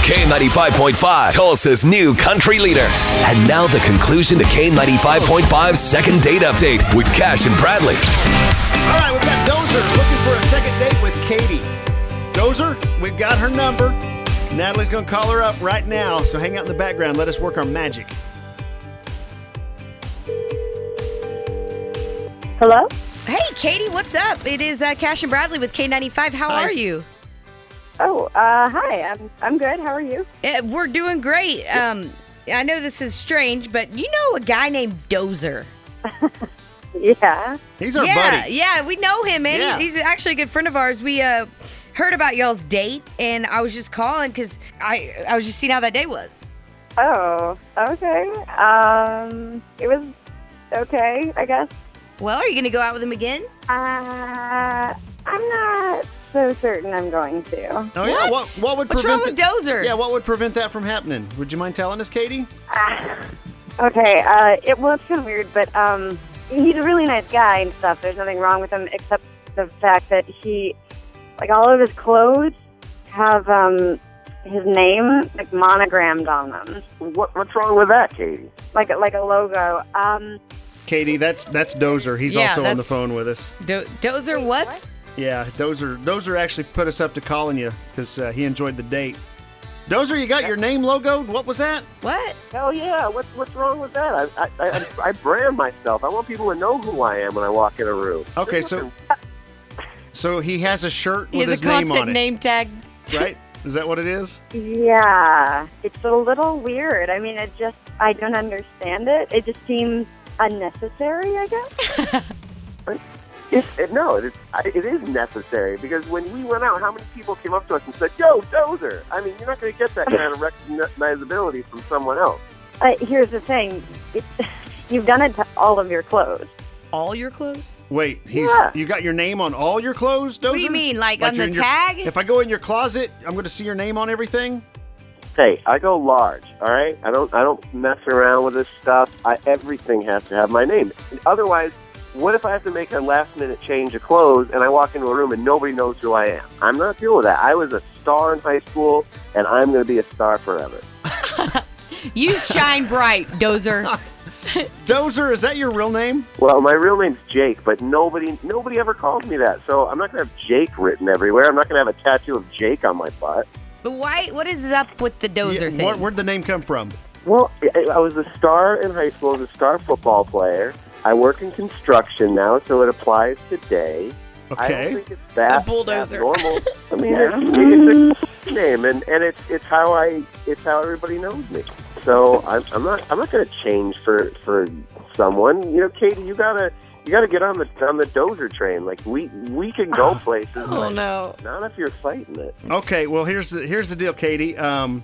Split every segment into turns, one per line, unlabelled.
K95.5, Tulsa's new country leader. And now the conclusion to K95.5's second date update with Cash and Bradley.
All right, we've got Dozer looking for a second date with Katie. Dozer, we've got her number. Natalie's going to call her up right now. So hang out in the background. Let us work our magic.
Hello?
Hey, Katie, what's up? It is uh, Cash and Bradley with K95. How
Hi.
are you?
Oh, uh, hi. I'm I'm good. How are you?
Eh, we're doing great. Um, I know this is strange, but you know a guy named Dozer.
Yeah.
He's our
yeah,
Oh, buddy.
yeah, we know him, and
Yeah.
he, he's actually a good friend of ours. We uh, heard about y'all's date, and I was just calling because I I was just seeing how that day was.
Oh, okay. Um, it was okay, I guess.
Well, are you gonna go out with him again?
Uh, I'm not so certain I'm going to.
Oh, yeah. What,
What?
what would
What's
prevent
wrong with
the-
Dozer?
Yeah, what would prevent that from happening? Would you mind telling us, Katie?
Ah, okay. Uh, it will it's kind of weird, but um, he's a really nice guy and stuff. There's nothing wrong with him except the fact that he, like, all of his clothes have um his name like monogrammed on them,
What, what's wrong with that, Katie?
like a- like a logo. Um.
Katie, that's that's Dozer. He's
Yeah,
also on the
that's-
phone with us.
Do- Dozer, what's?
Yeah, Dozer. Dozer actually put us up to calling you because uh, he enjoyed the date. Dozer, you got your name logoed. What was that?
What?
Hell yeah! What's what's wrong with that? I I, I, I brand myself. I want people to know who I am when I walk in a room.
Okay, so so he has a shirt
He
with his
has a
name
constant
on it,
name, tag.
right? Is that what it is?
Yeah, it's a little weird. I mean, it just, I don't understand it. It just seems unnecessary, I guess.
It's, it, no, it is, I- it is necessary because when we went out, how many people came up to us and said, "Yo, Dozer"? I mean, you're not going to get that kind of recognizability from someone else.
Uh, here's the thing it, you've done it to all of your clothes.
All your clothes?
Wait, he's
Yeah.
you got your name on all your clothes, Dozer?
What do you mean, like, on
you're
the
in your-
tag?
if I go in your closet, I'm going to see your name on everything.
Hey, I go large. All right, I don't I don't mess around with this stuff. I, everything has to have my name. Otherwise, what if I have to make a last minute change of clothes and I walk into a room and nobody knows who I am? I'm not dealing with that. I was a star in high school, and I'm going to be a star forever.
You shine bright, Dozer.
Dozer, is that your real name?
Well, my real name's Jake, but nobody nobody ever called me that. So I'm not going to have Jake written everywhere. I'm not going to have a tattoo of Jake on my butt.
But why? What is up with the
Yeah,
Dozer thing?
where- where'd the name come from?
Well, I- I was a star in high school, I was a star football player. I work in construction now, so it applies today. I don't
Okay.
think it's that
A bulldozer.
abnormal. I mean, it's, it's a name, and, and it's it's how I it's how everybody knows me. So I'm, I'm not I'm not going to change for for someone. You know, Katie, you gotta you gotta get on the on the dozer train. Like we we can go places.
oh
but
no.
Not if you're fighting it.
Okay. Well, here's the here's the deal, Katie. Um,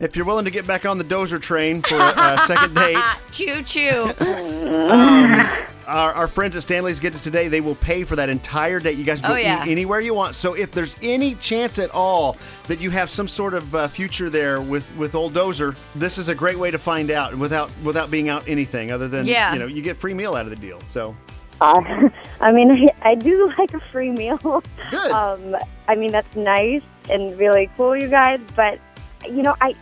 if you're willing to get back on the Dozer train for a, a second date,
Choo choo.
Um, our, our friends at Stanley's Get It Today, they will pay for that entire date. You guys go
Oh, yeah.
eat anywhere you want. So if there's any chance at all that you have some sort of uh, future there with, with old Dozer, this is a great way to find out without without being out anything other than,
Yeah.
you know, you get free meal out of the deal. So
I, Uh, I mean, I, I do like a free meal.
good.
Um, I mean, that's nice and really cool, you guys, but, you know, I,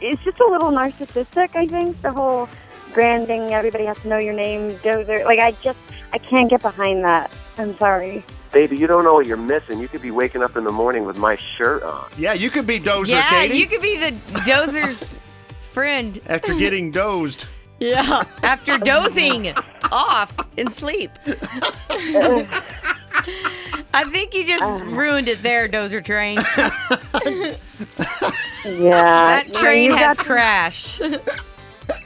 it's just a little narcissistic, I think, the whole branding, everybody has to know your name, dozer. Like, I just, I can't get behind that. I'm sorry.
Baby, you don't know what you're missing. You could be waking up in the morning with my shirt on.
yeah, you could be Dozer,
yeah,
Katie.
you could be the Dozer's friend
after getting dozed.
Yeah. after dozing off and sleep. I think you
Uh.
just ruined it there, Dozer Train.
Yeah.
That train
you
has
got-
crashed. Oh.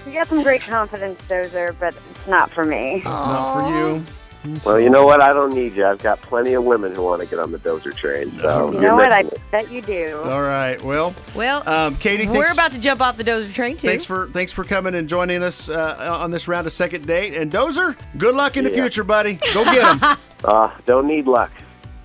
You got some great confidence, Dozer, but it's not for me.
It's not for you.
Well, you know what? I don't need you. I've got plenty of women who want to get on the dozer train.
You
So you're
know what? I
missing it.
bet you do.
All right. Well,
Well,
um, Katie,
we're
thanks,
about to jump off the dozer train too.
thanks for thanks for coming and joining us uh, on this round of second date. And Dozer, good luck in the
Yeah.
future, buddy. Go get him.
Ah, don't need luck.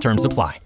Terms apply.